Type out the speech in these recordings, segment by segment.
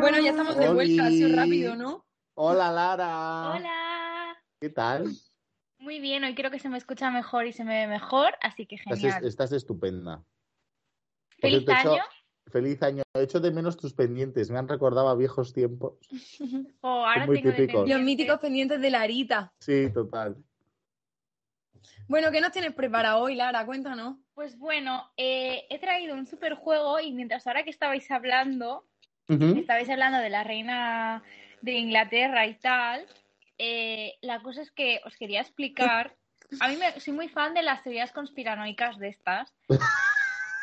Bueno, ya estamos de vuelta, ha sido rápido, ¿no? Hola Lara. Hola. ¿Qué tal? Muy bien, hoy creo que se me escucha mejor y se me ve mejor, así que Estás, genial. estás estupenda. Por Feliz cierto, he año. hecho- feliz año. He hecho de menos tus pendientes. Me han recordado a viejos tiempos. Jo, ahora muy tengo de típicos. Los pendiente. míticos pendientes de Larita. Sí, total. Bueno, ¿qué nos tienes preparado hoy, Lara? Cuéntanos. Pues bueno, eh, he traído un superjuego y mientras ahora que estabais hablando, Ujú. estabais hablando de la reina de Inglaterra y tal, eh, la cosa es que os quería explicar. A mí me, soy muy fan de las teorías conspiranoicas de estas.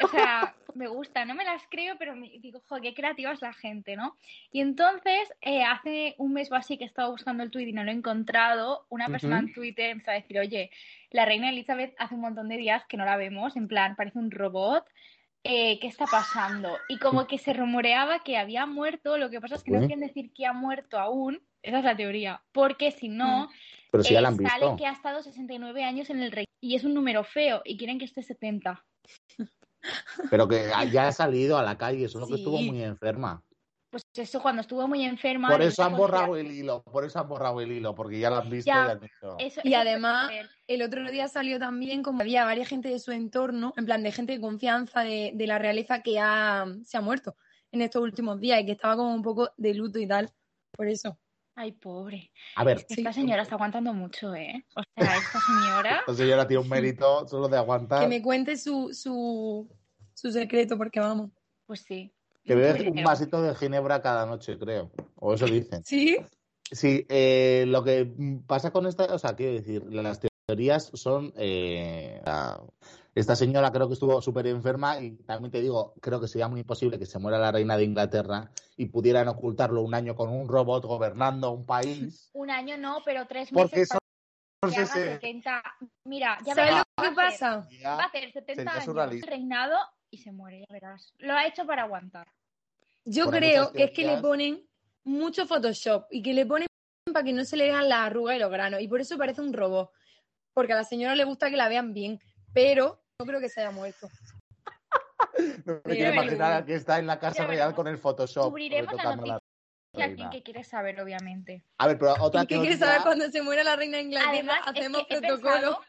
O sea, me gusta, no me las creo, pero me- digo, jo, qué creativa es la gente, ¿no? Y entonces, eh, hace un mes o así que estaba buscando el tweet y no lo he encontrado, una persona Ujú. en Twitter empezó a decir, oye, la reina Elizabeth hace un montón de días que no la vemos, en plan, parece un robot, eh, ¿qué está pasando? Y como que se rumoreaba que había muerto, lo que pasa es que no Uy. quieren decir que ha muerto aún, esa es la teoría, porque si no, Pero sí Mm. Pues ya eh, la han sale visto. que ha estado 69 años en el rey y es un número feo y quieren que esté 70. Pero que ha- ya ha salido a la calle, solo que Sí. estuvo muy enferma. Pues eso cuando estuvo muy enferma... Por lo eso hizo han con- borrado el hilo, por eso han borrado el hilo, porque ya la han visto pues Ya. y han dicho. Eso- Y eso además- puede ser. El otro día salió también como había varias gente de su entorno, en plan de gente de confianza de, de la realeza que ha, se ha muerto en estos últimos días y que estaba como un poco de luto y tal. Por eso. Ay, pobre. A ver, Esta señora está aguantando mucho, ¿eh? O sea, esta señora... esta señora tiene un mérito solo de aguantar. Que me cuente su, su, su secreto, porque vamos. Pues sí. Que mucho bebe un dinero. vasito de ginebra cada noche, creo. O eso dicen. ¿Sí? Sí, eh, lo que mm, pasa con esta, o sea, quiero decir, las teorías son, eh, la- esta señora creo que estuvo súper enferma y también te digo, creo que sería muy imposible que se muera la reina de Inglaterra y pudieran ocultarlo un año con un robot gobernando un país, Un año no, pero tres meses porque eso eh, para que haga ese- 70. Mira, ya ¿Sabes verás, lo que va a hacer- pasa? Va a hacer 70 Sería años de surrealista. reinado y se muere, ya verás. Lo ha hecho para aguantar. Yo Por creo muchas que es que le teorías. ponen mucho Photoshop y que le ponen para que no se le vean las arrugas y los granos. Y por eso parece un robot. Porque a la señora le gusta que la vean bien, pero no creo que se haya muerto. no me quiero veremos. imaginar que está en la Casa Ya Real veremos. con el Photoshop. Cubriremos la retocando a la noticia a quien reina. que quiere saber, obviamente. A ver, pero otra ¿Y qué quieres saber teoría- cuando se muera la reina de Inglaterra? Además, es hacemos que he protocolo. pensado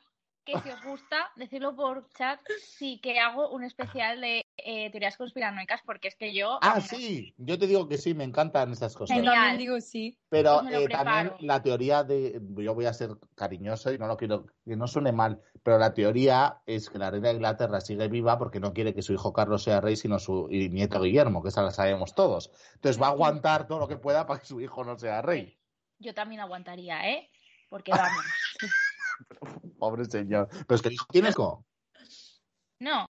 que si os gusta, decirlo por chat, sí que hago un especial de eh, teorías conspiranoicas, porque es que yo... Ah, vamos, sí, yo te digo que sí, me encantan esas cosas. Yo Genial. también digo sí. Pero Pues me lo eh, también preparo. la teoría de, yo voy a ser cariñoso y no lo quiero, que no suene mal, pero la teoría es que la reina de Inglaterra sigue viva porque no quiere que su hijo Carlos sea rey, sino su y nieto Guillermo, que esa la sabemos todos. Entonces va a aguantar todo lo que pueda para que su hijo no sea rey. Yo también aguantaría, ¿eh? Ah. Porque vamos. Pobre señor. Pero es que el hijo tiene hijo. No.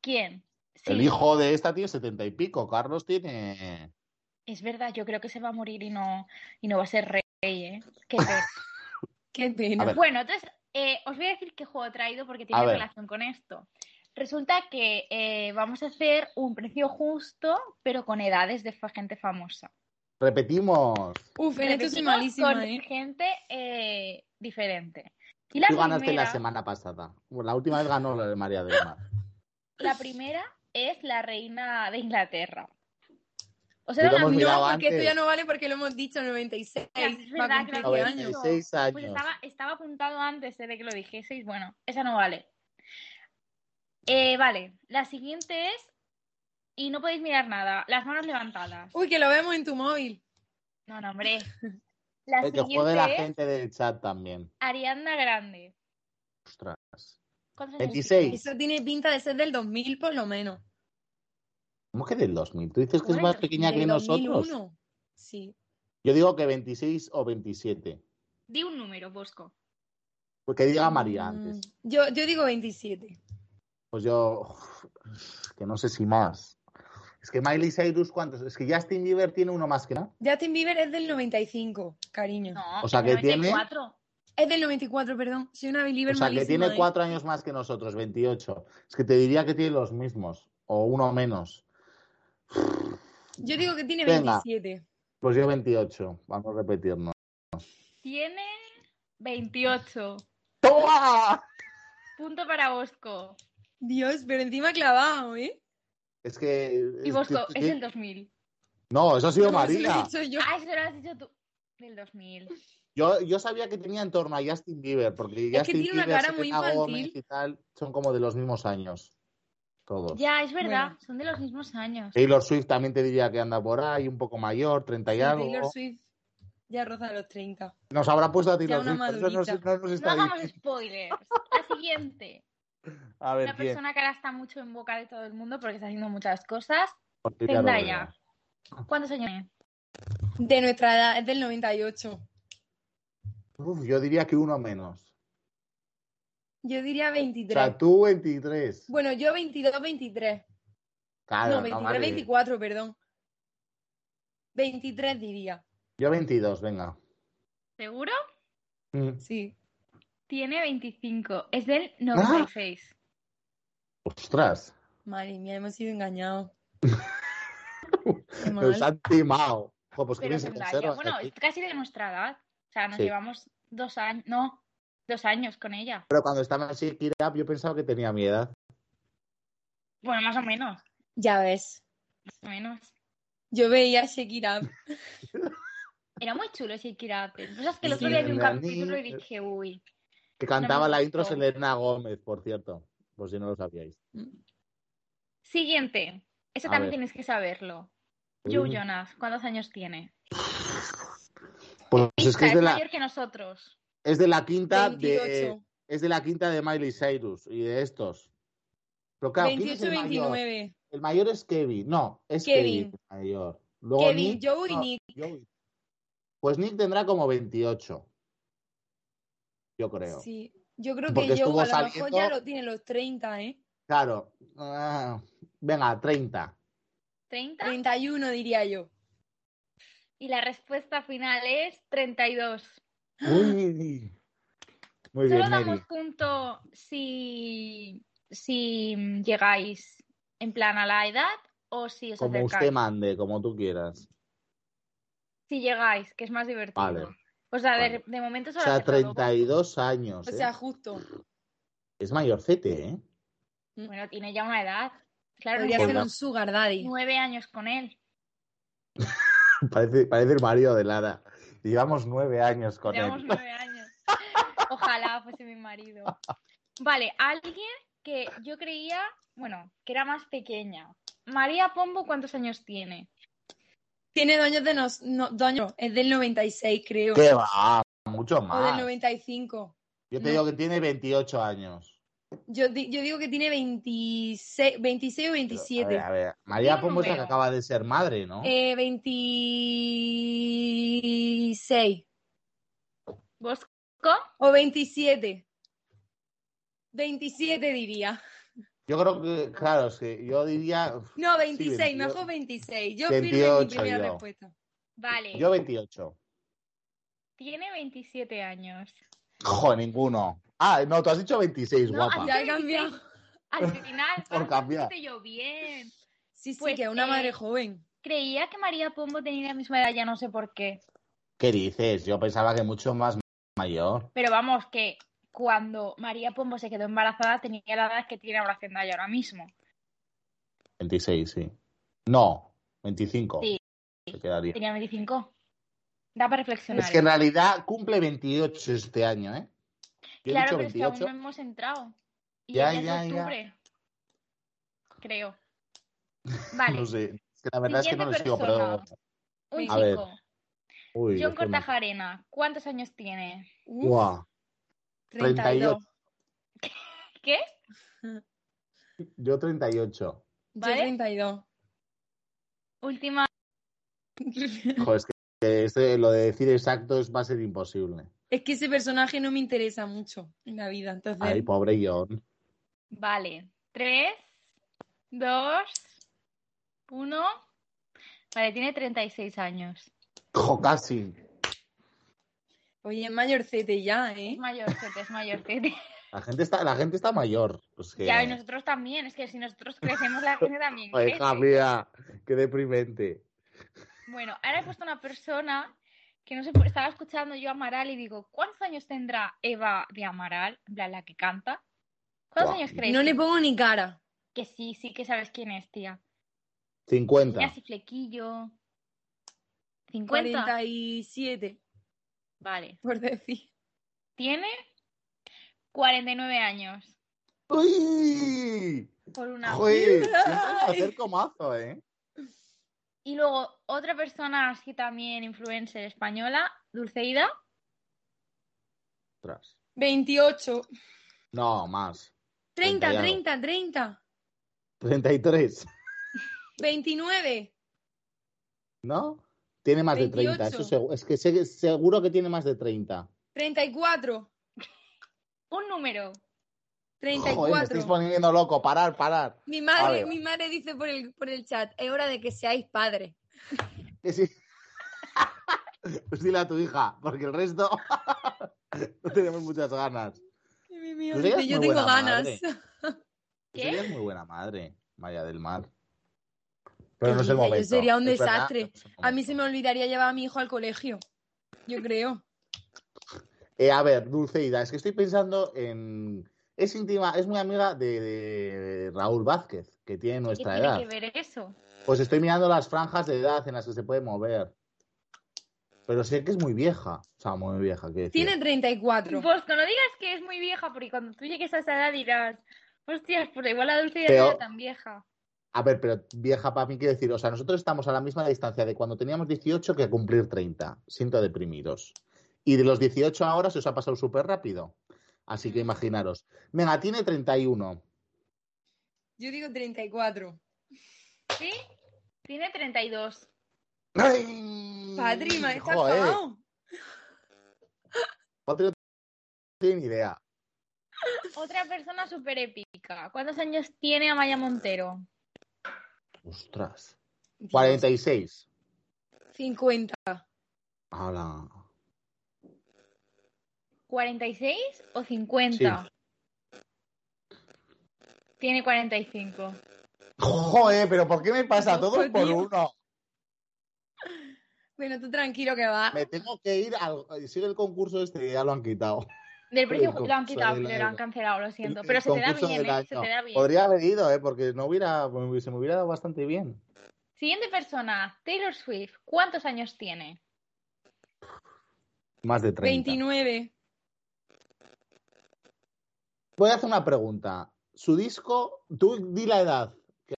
¿Quién? Sí, El hijo de esta tiene setenta y pico, Carlos tiene... es verdad, yo creo que se va a morir y no, y no va a ser rey, ¿eh? Qué pena. Qué pena. A ver. Bueno, entonces eh, os voy a decir qué juego he traído porque A tiene ver. relación con esto. Resulta que eh, vamos a hacer un precio justo, pero con edades de fa- gente famosa. Repetimos. Uf, en esto soy Repetimos con malísima, ¿eh? gente eh, diferente. Y la Tú ganaste primera, la semana pasada. Bueno, La última vez ganó la de María del Mar. la primera es la reina de Inglaterra. O sea, Pero era hemos una mirado No, porque esto antes. ya no vale porque lo hemos dicho 96. Ya, es va verdad a cumplir que lo 10 hemos años. dicho. 96 años. Pues estaba, estaba apuntado antes eh, de que lo dijeseis. Bueno, esa no vale. Eh, vale, la siguiente es. Y no podéis mirar nada. Las manos levantadas. Uy, que lo vemos en tu móvil. No, no, hombre. La Eh, que siguiente juegue la es gente del chat también. Ariana Grande. Ostras. ¿Cuántos años 26. Eso tiene pinta de ser del 2000 por lo menos. ¿Cómo que del 2000? ¿Tú dices que es Bueno, más pequeña que del nosotros? 2001. Sí. Yo digo que 26 o 27. Di un número, Bosco. Pues que diga María antes. Mm, Yo, yo digo 27. Pues yo. uf, Que no sé si más. Es que Miley Cyrus, ¿cuántos? Es que Justin Bieber tiene uno más que nada. Justin Bieber es del 95, cariño. No, O sea, que tiene- 94. Es del 94, perdón. Soy una believer O sea, que malísima, tiene ¿eh? cuatro años más que nosotros, 28. Es que te diría que tiene los mismos, o uno menos. Yo digo que tiene Venga. 27. Pues yo 28, vamos a repetirnos. Tiene 28. ¡Toma! Punto para Bosco. Dios, pero encima clavado, ¿eh? Es que... Y es Bosco, que- es el 2000. No, eso ha sido Como se lo he María. dicho yo. Ah, eso lo has dicho tú. Del 2000. Yo, yo sabía que tenía en torno a Justin Bieber, porque que Justin tiene una Bieber, cara muy Selena Gómez infantil. y tal, son como de los mismos años. Todos. Ya, es verdad. Bueno. Son de los mismos años. Taylor Swift también te diría que anda por ahí, un poco mayor, 30 y algo. Taylor Swift ya roza los 30. Nos habrá puesto a Taylor una Swift, por eso no, madurita. se- no nos No está hagamos diciendo. spoilers. La siguiente. A ver, Una ¿quién? persona que ahora está mucho en boca de todo el mundo porque está haciendo muchas cosas. Porque ya lo Zendaya. ¿Cuántos años tiene? De nuestra edad, es del 98. veo. Uf, yo diría que uno menos. Yo diría O 23. sea, tú 23. Bueno, yo 22, 23. Claro, no, 23, vale. 24, perdón. 23 diría. Yo 22, venga. ¿Seguro? Mm. Sí. Tiene 25. Es del Ah. 96. Ostras, Madre mía, hemos sido engañados. Qué nos mal. han timado. Jo, pues que Pero bien se Zendaya, conserva. bueno, es aquí. casi de nuestra edad. O sea, nos Sí. llevamos dos años, no, dos años con ella. Pero cuando estaba en Shakira, yo pensaba que tenía mi edad. Bueno, más o menos, Ya ves. más o menos. Yo veía a Shakira. Era muy chulo Shakira Apple. O sea, es que el Sí, otro día vi un Melanie. capítulo y dije, uy, Que cantaba la intro gustó. Selena Gómez, por cierto. Por si no lo sabíais. siguiente. Eso A ver. también tienes que saberlo. Joe Mm. Jonas, ¿cuántos años tiene? Pues es que Pista, es es, de la, mayor que nosotros. es de la quinta 28. de es de la quinta de Miley Cyrus y de estos. Pero claro, ¿quién es 28, el mayor? 29. El mayor es Kevin. No, es Kevin. Kevin. el mayor. Luego Kevin, Nick, Joe y no, Nick. Joey. Pues Nick tendrá como 28. Yo creo. Sí. Yo creo Porque que yo estuvo a lo mejor saliendo- ya lo tiene los 30, ¿eh? Claro. Ah, venga, 30. ¿30? 31 diría yo. Y la respuesta final es 32. Uy. Muy Solo bien, damos Mary. punto si, si llegáis en plan a la edad o si os Como acercáis. usted mande, como tú quieras. Si llegáis, que es más divertido. Vale. O sea, de, Vale. de momento O solo sea, hace todo. 32 años. O ¿eh? sea, justo. Es mayorcete, ¿eh? Bueno, tiene ya una edad. Claro, Podría ya ser Joder. un sugar daddy. nueve años con él. Parece, parece el marido de Lara. Llevamos nueve años con Llevamos él. nueve años. Ojalá fuese mi marido. Vale, alguien que yo creía, bueno, que era más pequeña. María Pombo, ¿cuántos años tiene? Tiene dos años de nos... No, dos años. Es del 96, creo. ¿Qué va? Mucho O del más. 95. Yo te digo que tiene 28 años. Yo, di- yo digo que tiene 26, 26 o Pero, 27. A ver, a ver. María Tiene un Pombo es la que número. acaba de ser madre, ¿no? Eh, 26 ¿Vos? o 27. 27 diría. Yo creo que, claro, es que yo diría. uf, No, 26, 28. mejor 26. Yo firme mi 28 primera yo. respuesta. Vale, Yo 28. tiene 27 años. Ojo, ninguno. Ah, no, tú has dicho 26, No, guapa. has- Ya he cambiado. Al final, Por cambiar. te yo bien. Sí, sí, Pues, que es una eh, madre joven. Creía que María Pombo tenía la misma edad, ya no sé por qué. ¿Qué dices? Yo pensaba que mucho más mayor. Pero vamos, que cuando María Pombo se quedó embarazada tenía la edad que tiene ahora Zendaya ahora mismo. 26, sí. No, 25. Sí. Se quedaría. Tenía 25. Da para reflexionar. Es que en realidad cumple 28 este año, ¿eh? Yo he dicho claro, pero es que 28. aún no hemos entrado. Y Ya, ya, es ya, ya. octubre. Creo. Vale, No sé. Es que la verdad es que no le Siguiente sigo, pero. persona. un A ver. chico. Uy, John es que no- Cortajarena, ¿cuántos años tiene? Uf, Guau. 32. ¿Qué? Yo 38. Yo ¿Vale? 32. Última Joder, es que que este- lo de decir exacto es, va a ser imposible. Es que ese personaje no me interesa mucho en la vida, entonces. Ay, pobre John. Vale. Tres, dos, uno. Vale, tiene 36 años. Jo, casi. Oye, es mayorcete ya, ¿eh? Es mayorcete, es mayorcete. La gente está, la gente está mayor. Pues que, Ya, y nosotros también. Es que si nosotros crecemos, la gente también Ay, crece. hija mía, qué deprimente. Bueno, ahora he puesto una persona que no sé, por- estaba escuchando yo a Amaral y digo, ¿cuántos años tendrá Eva de Amaral? En plan, la que canta. ¿Cuántos Buah. años crees? No le pongo ni cara. Que sí, sí que sabes quién es, tía. 50. Tiene así flequillo. ¿50? 47, Vale. por decir. Tiene 49 años. ¡Uy! Por una. ¡Joder! mierda. Siempre me acerco mazo, ¿eh? Y luego, otra persona así también influencer española, Dulceida. Ostras. 28. No, más. 30, 30, 30, 30. 33, 29. ¿no? Tiene más de 30. 28. Eso segu- es que se- seguro que tiene más de 30. 34. Un número. Joder, me 34. estáis poniendo loco. Parar, parar. mi, A madre, ver. mi madre dice por el, por el chat, es hora de que seáis padres. Que sí. Pues dile a tu hija, porque el resto no tenemos muchas ganas. Y mi mía Tú dice, eres yo muy tengo buena ganas. ¿Qué? Tú Serías muy buena madre, Maya del Mar. Pero no es Querida, yo el momento. sería un Es verdad, desastre. no es A el mí momento. se me olvidaría llevar a mi hijo al colegio. Yo creo. Eh, a ver, Dulceida, es que estoy pensando en. Es íntima, es muy amiga de, de Raúl Vázquez, que tiene ¿Qué nuestra tiene edad. que ver eso? Pues estoy mirando las franjas de edad en las que se puede mover. Pero sé que es muy vieja. O sea, muy vieja, quiero decir. Tiene 34. Bosco, no Pues digas que es muy vieja, porque cuando tú llegues a esa edad dirás, hostias, por igual la Dulceida no Pero- era tan vieja. A ver, pero vieja para mí quiero decir, o sea, nosotros estamos a la misma distancia de cuando teníamos 18 que cumplir 30. Siento deprimidos. Y de los 18 ahora se os ha pasado súper rápido. Así que imaginaros. Venga, tiene 31. Yo digo 34. ¿Sí? Tiene 32. ¡Ay! Patri, me has Joder, acabado. Patri no tiene ni idea. Otra persona súper épica. ¿Cuántos años tiene Amaya Montero? Ostras. 46. 50. Ala. ¿46 o 50? Tiene 45. Joder, pero ¿por qué me pasa Loco, todo por tío. uno? Bueno, tú tranquilo que va. Me tengo que ir al. Sigue el concurso este y ya lo han quitado. Del precio concurso lo han quitado, del pero lo han año. cancelado, lo siento. El- Pero el se te da concurso bien, del ¿eh? Se año. te da bien. Podría haber ido, ¿eh? Porque no hubiera, pues, se me hubiera dado bastante bien. Siguiente persona, Taylor Swift. ¿Cuántos años tiene? Más de 30. 29. Voy a hacer una pregunta. Su disco, tú di la edad que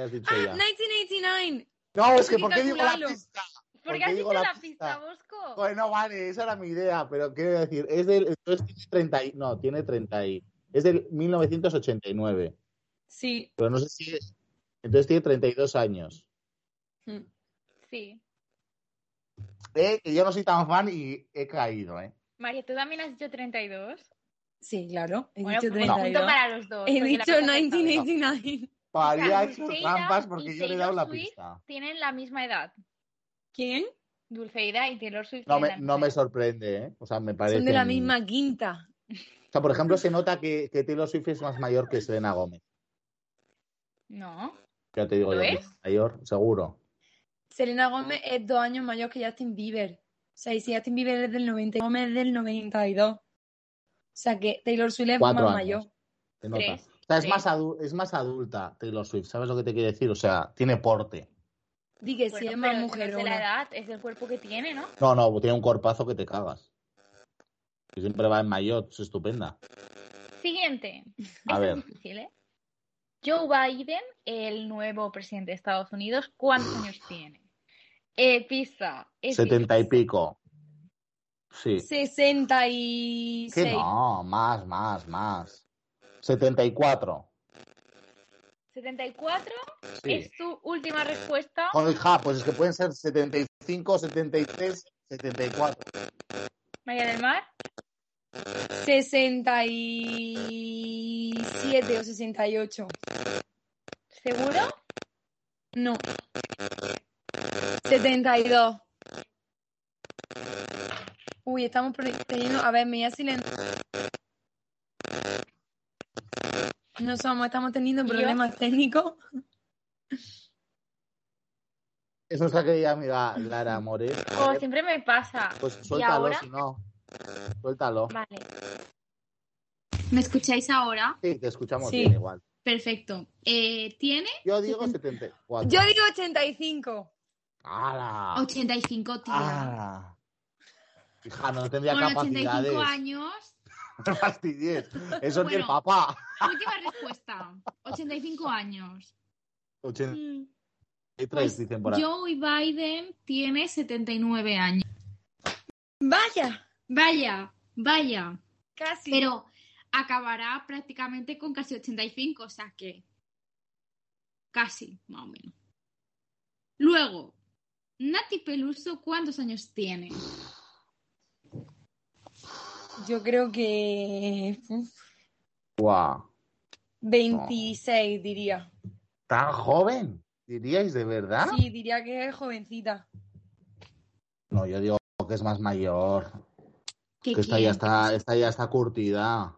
has dicho Ah, ya. 1989. No, es hay que que ¿por qué digo la calcularlo. pista? Porque Porque has digo dicho la la pista. pista, Bosco. Bueno, vale, esa era mi idea, pero quiero decir, es del. Entonces tiene 30. y- No, tiene 30. y- Es del 1989. Sí. Pero no sé si es. Entonces tiene 32 años. Mm. Sí. Eh, que yo no soy tan fan y he caído, ¿eh? María, ¿tú también has dicho 32? Sí, claro. He bueno, dicho pues un 32. punto para los dos. He porque la dicho persona que sabe 1989. María ha Dulceida hecho trampas y porque yo le he dado la Taylor Swift. pista. Tienen la misma edad. ¿Quién? Dulceida y Taylor Swift. No tienen me, la no misma me edad. sorprende, ¿eh? O sea, me parece. Son de la misma quinta. O sea, por ejemplo, se nota que, que Taylor Swift es más mayor que Selena Gómez. No. Ya te digo ¿Lo yo, es? mayor, seguro. Selena Gómez es dos años mayor que Justin Bieber. O sea, y si Justin Bieber es del 90, Gómez es del 92. O sea, que Taylor Swift es Cuatro más años. mayor. Se nota. Tres, o sea, es tres. más, adu- es más adulta Taylor Swift, ¿sabes lo que te quiero decir? O sea, tiene porte. Di que sí, Bueno, es más pero mujer. No es de la edad, es del cuerpo que tiene, ¿no? No, no, tiene un corpazo que te cagas. Y siempre va en mayor, es estupenda. Siguiente. A Esta ver. es difícil, ¿eh? Joe Biden, el nuevo presidente de Estados Unidos, ¿cuántos años tiene? Eh, pizza. Setenta y pico. Sí. 66. Que no, más, más, más. 74. ¿74 Sí. es tu última respuesta? Con el ja, pues es que pueden ser 75, 73, 74. María del Mar. 67 o 68. ¿Seguro? No. 72. Uy, estamos pro- teniendo. A ver, me voy a silencio. No somos, estamos teniendo ¿Y yo? problemas técnicos. Es nuestra querida amiga Lara More. O siempre me pasa. Pues ¿Y suéltalo, ahora? si no. Suéltalo. Vale. ¿Me escucháis ahora? Sí, te escuchamos Sí. bien igual. Perfecto. Eh, tiene Yo digo 74. Yo digo 85. ¡Hala! 85, tía. Ah, ¡Hala! Hija, no tendría Con 85 capacidades. años. No fastidies. Eso ni el Bueno. papá. Última respuesta. 85 años. 83 Pues dicen por ahí. Joe Biden tiene 79 años. Vaya, Vaya, vaya. casi. Pero acabará prácticamente con casi 85, o sea que casi, más o menos. Luego, Nati Peluso, ¿cuántos años tiene? Yo creo que. uf, ¡Guau! 26, diría. ¿Tan joven? ¿Diríais de verdad? Sí, diría que es jovencita. No, yo digo que es más mayor. Que Que esta quién? ya está, esta ya está curtida.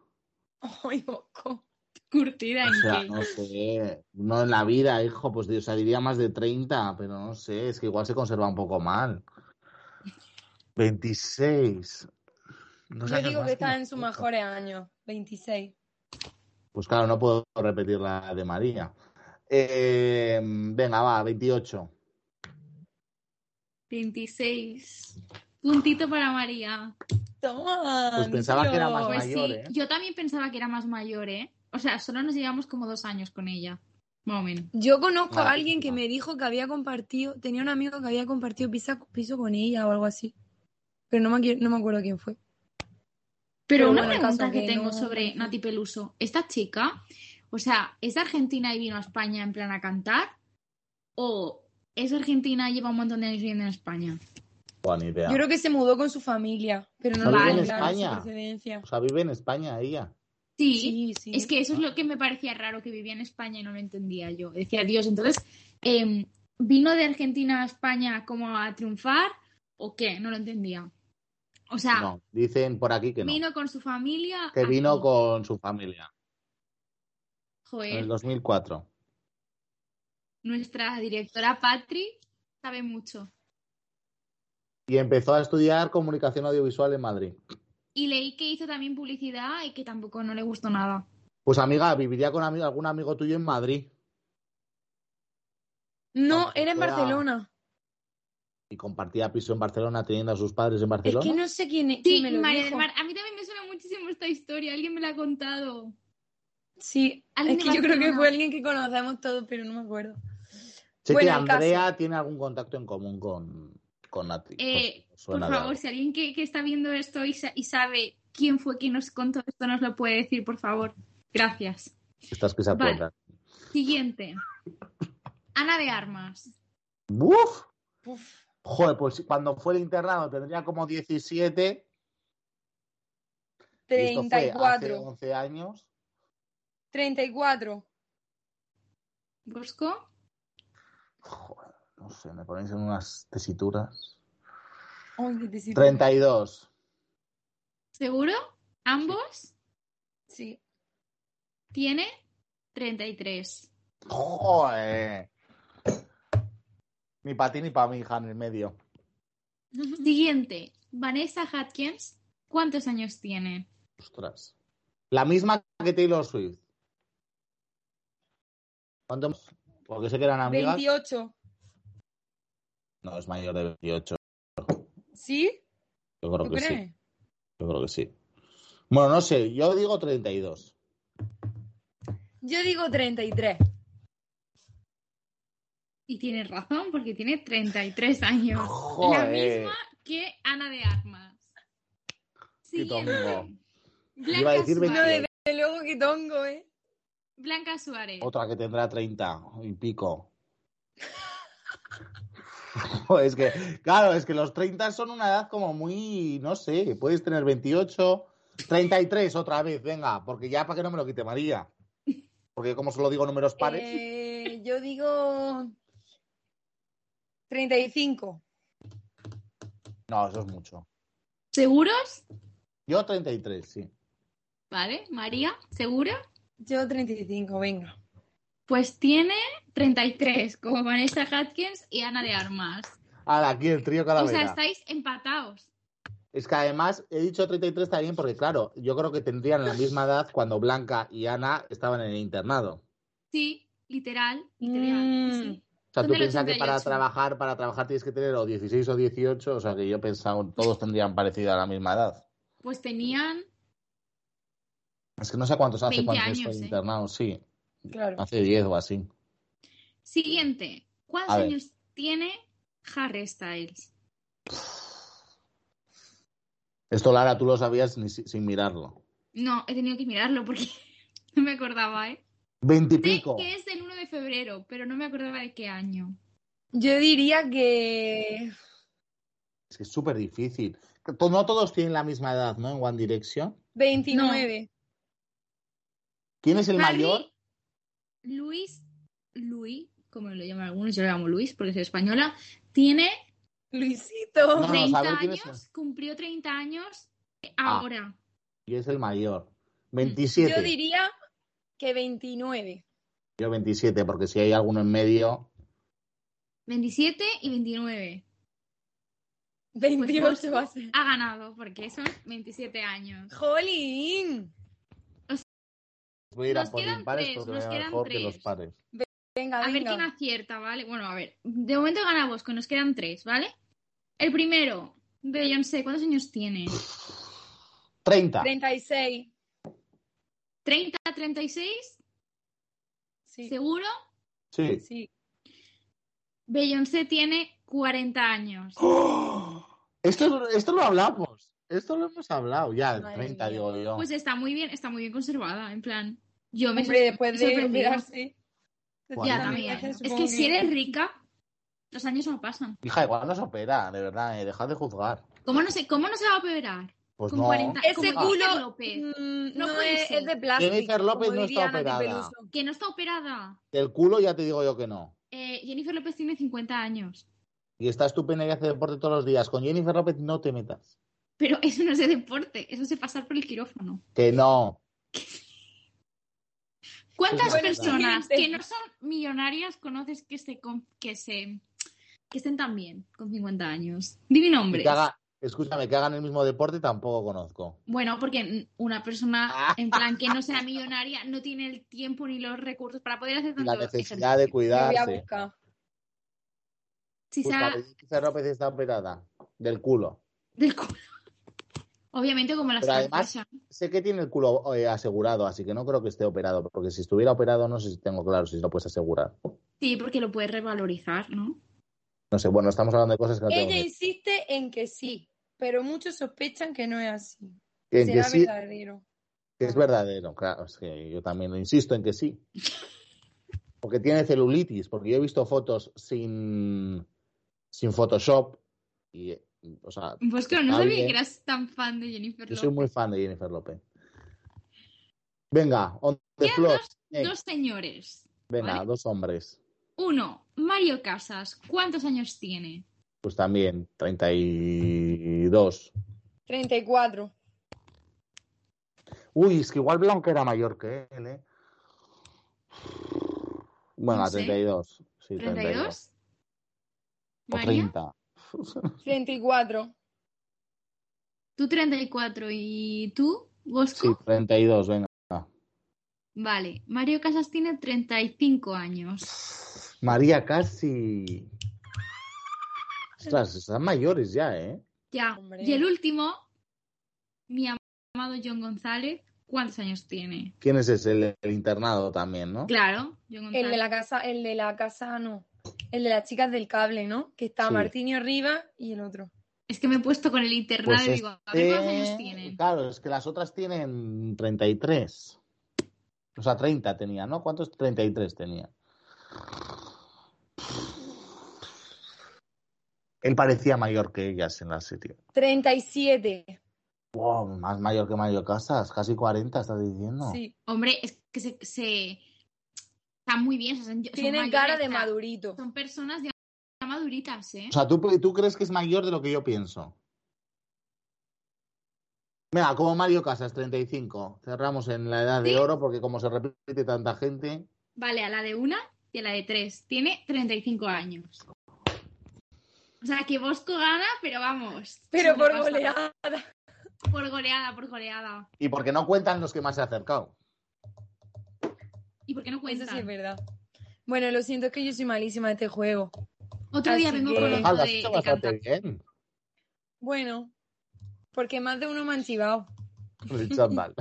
Ay, Bosco. Curtida O en sea, qué. no sé. No en la vida, hijo, pues o sea, diría más de 30, pero no sé, es que igual se conserva un poco mal. 26. Unos Yo años digo más que está en nosotros. sus mejores años. 26. Pues claro, no puedo repetir la de María. Eh, venga, va, 28. 26. Puntito para María. Toma. Pues pensaba que era más Dios. Pues Mayor, sí, ¿eh? yo también pensaba que era más mayor, ¿eh? O sea, solo nos llevamos como dos años con ella. Más o menos. Yo conozco a Vale, alguien que vale. me dijo que había compartido, tenía un amigo que había compartido pisa- piso con ella o algo así. Pero no me, acu- no me acuerdo quién fue. Pero, Pero una bueno, el pregunta caso que, que tengo no- sobre Nati Peluso. ¿Esta chica, o sea, es de Argentina y vino a España en plan a cantar? ¿O es de Argentina y lleva un montón de años viviendo en España? Buena idea. Yo creo que se mudó con su familia, pero no ¿No lo vive en tengo claro, España? su procedencia. O sea, vive en España ella. Sí, Sí, sí. es que eso es lo que me parecía raro, que vivía en España y no lo entendía yo. Decía, Dios, entonces, em, ¿vino de Argentina a España como a triunfar o qué? No lo entendía. O sea, No, dicen por aquí que no. vino con su familia. Que vino aquí. con su familia en Eh. Joder, el 2004. nuestra directora Patri sabe mucho. Y empezó a estudiar comunicación audiovisual en Madrid. Y leí que hizo también publicidad y que tampoco no le gustó nada. Pues amiga, viviría con ami- algún amigo tuyo en Madrid No, era en Era- Barcelona. y compartía piso en Barcelona teniendo a sus padres en Es Barcelona. que no sé quién, es- Sí, quién me lo María del dijo. Mar, a mí también me suena muchísimo esta historia, alguien me la ha contado. Sí, es Alguien que de yo creo que Barcelona. fue alguien que conocemos todos, pero no me acuerdo. Sé Bueno, que el caso. Andrea tiene algún contacto en común con, con Nati. Eh, Pues, Por suena de favor, algo. si alguien que, que está viendo esto y, sa- y sabe quién fue quien nos contó esto, nos lo puede decir, por favor. Gracias. Estas que se Vale. acuerdan. Siguiente. Ana de Armas. ¡Buf! Joder, pues cuando fue el internado tendría como 17. y esto fue hace 34. 11 años. 34. Bosco. Joder, no sé, me ponéis en unas tesituras. Ay, qué te sirve. 32. ¿Seguro? Ambos Sí. tiene 33. ¡Joder! Ni para ti ni para mi hija en el medio. Siguiente. Vanessa Hudgens. ¿Cuántos años tiene? Ostras. La misma que Taylor Swift. ¿Cuánto más? Porque sé que eran amigas. 28. No, es mayor de 28. ¿Sí? Yo creo ¿Tú que sí. crees? Yo creo que sí. Bueno, no sé. Yo digo 32. Yo digo 33. Y tienes razón, porque tiene 33 años. La Joder. misma que Ana de Armas. Qué Siguiente. tongo. Blanca Iba a decir Suárez. No, 22. desde luego que tongo, ¿eh? Blanca Suárez. Otra que tendrá 30 y pico. Joder, es que, claro, es que los 30 son una edad como muy, no sé, puedes tener 28, 33 otra vez, venga, porque ya para que no me lo quite María. Porque como solo digo números pares, Eh, yo digo 35. no, eso es mucho. ¿Seguros? Yo 33, sí. ¿Vale? María, ¿segura? Yo 35, venga. Pues tiene 33, como Vanessa Hudgens y Ana de Armas. Ahora, aquí el trío cada O vez. sea, estáis empatados. Es que además he dicho 33 también porque, claro, yo creo que tendrían la misma edad cuando Blanca y Ana estaban en el internado. Sí, literal, literal. Mm. sí. O sea, Son tú del piensas que para 88. trabajar, para trabajar tienes que tener o 16 o 18, o sea que yo pensaba todos tendrían parecido a la misma edad. Pues tenían, Es que no sé cuántos hace 20 cuando años, estoy ¿eh? internado, sí, Claro. hace 10 o así. Siguiente. ¿Cuántos A ver. años tiene Harry Styles? Esto, Lara, tú lo sabías ni si- sin mirarlo. No, he tenido que mirarlo porque no me acordaba, ¿eh? Sé Veintipico. que es del 1 de febrero, pero no me acordaba de qué año. Yo diría que Es que es súper difícil. Que to- No todos tienen la misma edad, ¿no? En One Direction. 29. ¿Quién es el Harry, mayor? Luis, Luis, como lo llaman algunos, yo lo llamo Luis porque soy española, tiene Luisito. No, no, 30 saber quién es. años, cumplió 30 años eh, Ah. ahora. Y es el mayor. Mm, Yo 27. diría que 29. Yo 27, porque si hay alguno en medio. 27 y 29. 28 va a ser. Ha ganado porque son 27 años. ¡Jolín! Voy a ir a Nos por quedan impares tres, porque nos me va quedan mejor que tres. los pares. Ah, Venga, A ver quién venga. acierta, ¿vale? Bueno, a ver. De momento gana vos, que nos quedan tres, ¿vale? El primero, Beyoncé, ¿cuántos años tiene? 30. 36. ¿30, 36? Sí. ¿Seguro? Sí. sí. Beyoncé tiene 40 años. ¡Oh! Esto, esto lo hablamos. Esto lo hemos hablado ya, el Madre 30, mía. digo yo. Pues está muy bien, está muy bien conservada, en plan. Yo me Hombre, sor- después me de sorprendí. operarse. Bueno, Ya, Cuarenta también. Es supongo que si eres rica, los años no pasan. Hija, igual no se opera, de verdad, eh, dejad de juzgar. ¿Cómo no se, cómo no se va a operar? Pues Con no. 40 Ese como culo- Jennifer López, Mm, No no, puede es, ser. es de plástico. Jennifer López como no diría Nati está operada. Peluso. que no está operada. Del culo ya te digo yo que no. Eh, Jennifer López tiene 50 años, Y está estupenda y hace deporte todos los días. Con Jennifer López no te metas. pero eso no es de deporte, eso es de pasar por el quirófano. Que no. ¿Cuántas Bueno, personas siguiente. que no son millonarias conoces que se con- que se que estén tan bien con 50 años? Dime Y nombres. Que haga, escúchame, que hagan el mismo deporte tampoco conozco. Bueno, porque una Ah. persona en plan que no sea millonaria no tiene el tiempo ni los recursos para poder hacer Y tanto la necesidad de ejercicio. Lo voy a cuidarse. buscar. Si sea Busca, Jennifer López está operada. Del culo. del culo. Obviamente como las Pero además- Kardashian. Sé que tiene el culo eh, asegurado, así que no creo que esté operado. Porque si estuviera operado, no sé si tengo claro si lo puedes asegurar. Sí, porque lo puedes revalorizar, ¿no? No sé, bueno, estamos hablando de cosas que no tengo Ella ni- insiste en que sí, pero muchos sospechan que no es así. En que Será sí, verdadero. que es verdadero. Claro, es que yo también insisto en que sí. Porque tiene celulitis, porque yo he visto fotos sin, sin Photoshop. Y, eh, o sea, Pues claro, no Está sabía bien. que eras tan fan de Jennifer eh. yo López. soy muy fan de Jennifer López. Venga, on the Quedan floor. dos, Eh, dos señores. Venga, ¿vale? dos hombres. Uno, Mario Casas. ¿Cuántos años tiene? Pues también, 32. 34. Uy, es que igual Blanca era mayor que él, ¿eh? Bueno, No a sé. 32. Sí, 32. ¿32? O María, 30. 34. tú 34 y tú, Bosco. Sí, 32, venga. Vale, Mario Casas tiene 35 años. María casi. Ostras, están mayores ya, ¿eh? Ya. Hombre. Y el último, mi am- amado John González, ¿cuántos años tiene? ¿Quién es ese? El, el internado también, ¿no? Claro, John González. El de la casa, el de la casa no. El de las chicas del cable, ¿no? Que está Sí. Martino arriba y el otro. Es que me he puesto con el internado Pues y digo, a ver cuántos este- años tienen. Claro, es que las otras tienen 33. O sea, 30 tenía, ¿no? ¿Cuántos? 33 tenía. Él parecía mayor que ellas en la serie. 37. Wow, más mayor que Mario Casas, casi 40, estás diciendo. Sí. Hombre, es que se. se- Están muy bien. o sea, son- son Tiene mayores, cara de o sea, madurito. Son personas ya ya maduritas, ¿eh? O sea, ¿tú, tú crees que es mayor de lo que yo pienso. Mira, como Mario Casas, 35. Cerramos en la edad de Sí. oro porque como se repite tanta gente. Vale, a la de una y a la de tres. Tiene 35 años. O sea, que Bosco gana, pero vamos. Pero por sobrepasa. goleada. Por goleada, por goleada. Y porque no cuentan los que más se ha acercado. ¿Y por qué no Eso cuentan? sí es verdad. Bueno, lo siento, es que yo soy malísima en este juego. Otro día Así vengo que- con Pero, Jal, otro lo has de, hecho de bastante cantar. bien. Bueno, porque más de uno me han chivado. El chaval.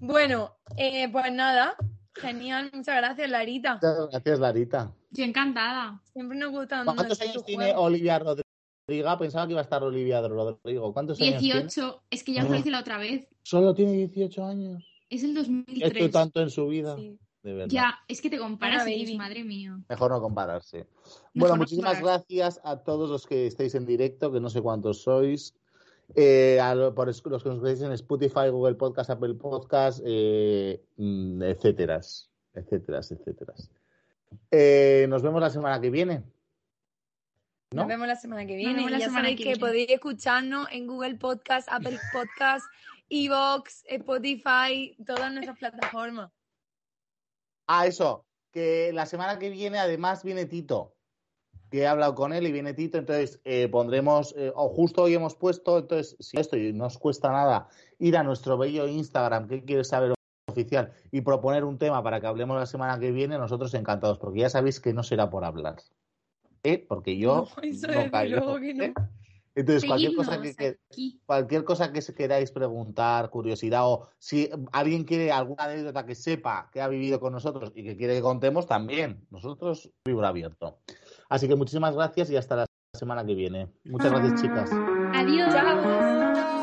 Bueno, eh, pues nada. Genial, muchas gracias, Larita. Muchas gracias, Larita. Yo encantada. Siempre nos gustan. ¿Cuántos estos años tiene juegos. Olivia Rodrigo? Ah, Pensaba que iba a estar Olivia Rodrigo. ¿Cuántos años tiene? 18. Es que ya os lo Ah. hice la otra vez. Solo tiene 18 años. Es el ¿Qué ha hecho 2003. tanto en su vida? Sí. De verdad. Ya, es que te comparas, Ana y dices, Baby. madre mía. Mejor no compararse. bueno, no muchísimas compararse. gracias a todos los que estáis en directo, que no sé cuántos sois. eh, a lo- por es- los que nos veis en Spotify, Google Podcast, Apple Podcast, eh, mm, etcétera, etcétera, etcétera. Eh, nos vemos la semana que viene. ¿no? Nos vemos la semana que viene. vemos la ya semana sabéis que que, viene. podéis escucharnos en Google Podcast, Apple Podcast, Evox, Spotify, todas nuestras plataformas. Ah, eso, que la semana que viene además viene Tito, que he hablado con él y viene Tito, entonces eh, pondremos, eh, o justo hoy hemos puesto, entonces si esto y no os cuesta nada ir a nuestro bello Instagram, que quieres saber oficial, y proponer un tema para que hablemos la semana que viene, nosotros encantados, porque ya sabéis que no será por hablar, ¿eh? Porque yo No, eso no desde caigo, luego que no. ¿eh? Entonces, cualquier cosa que, Seguidnos que- aquí. cualquier cosa que se queráis preguntar, curiosidad o si alguien quiere alguna anécdota que sepa que ha vivido con nosotros y que quiere que contemos también. Nosotros vibra abierto. Así que muchísimas gracias y hasta la semana que viene. Muchas gracias, chicas. Adiós. Chao.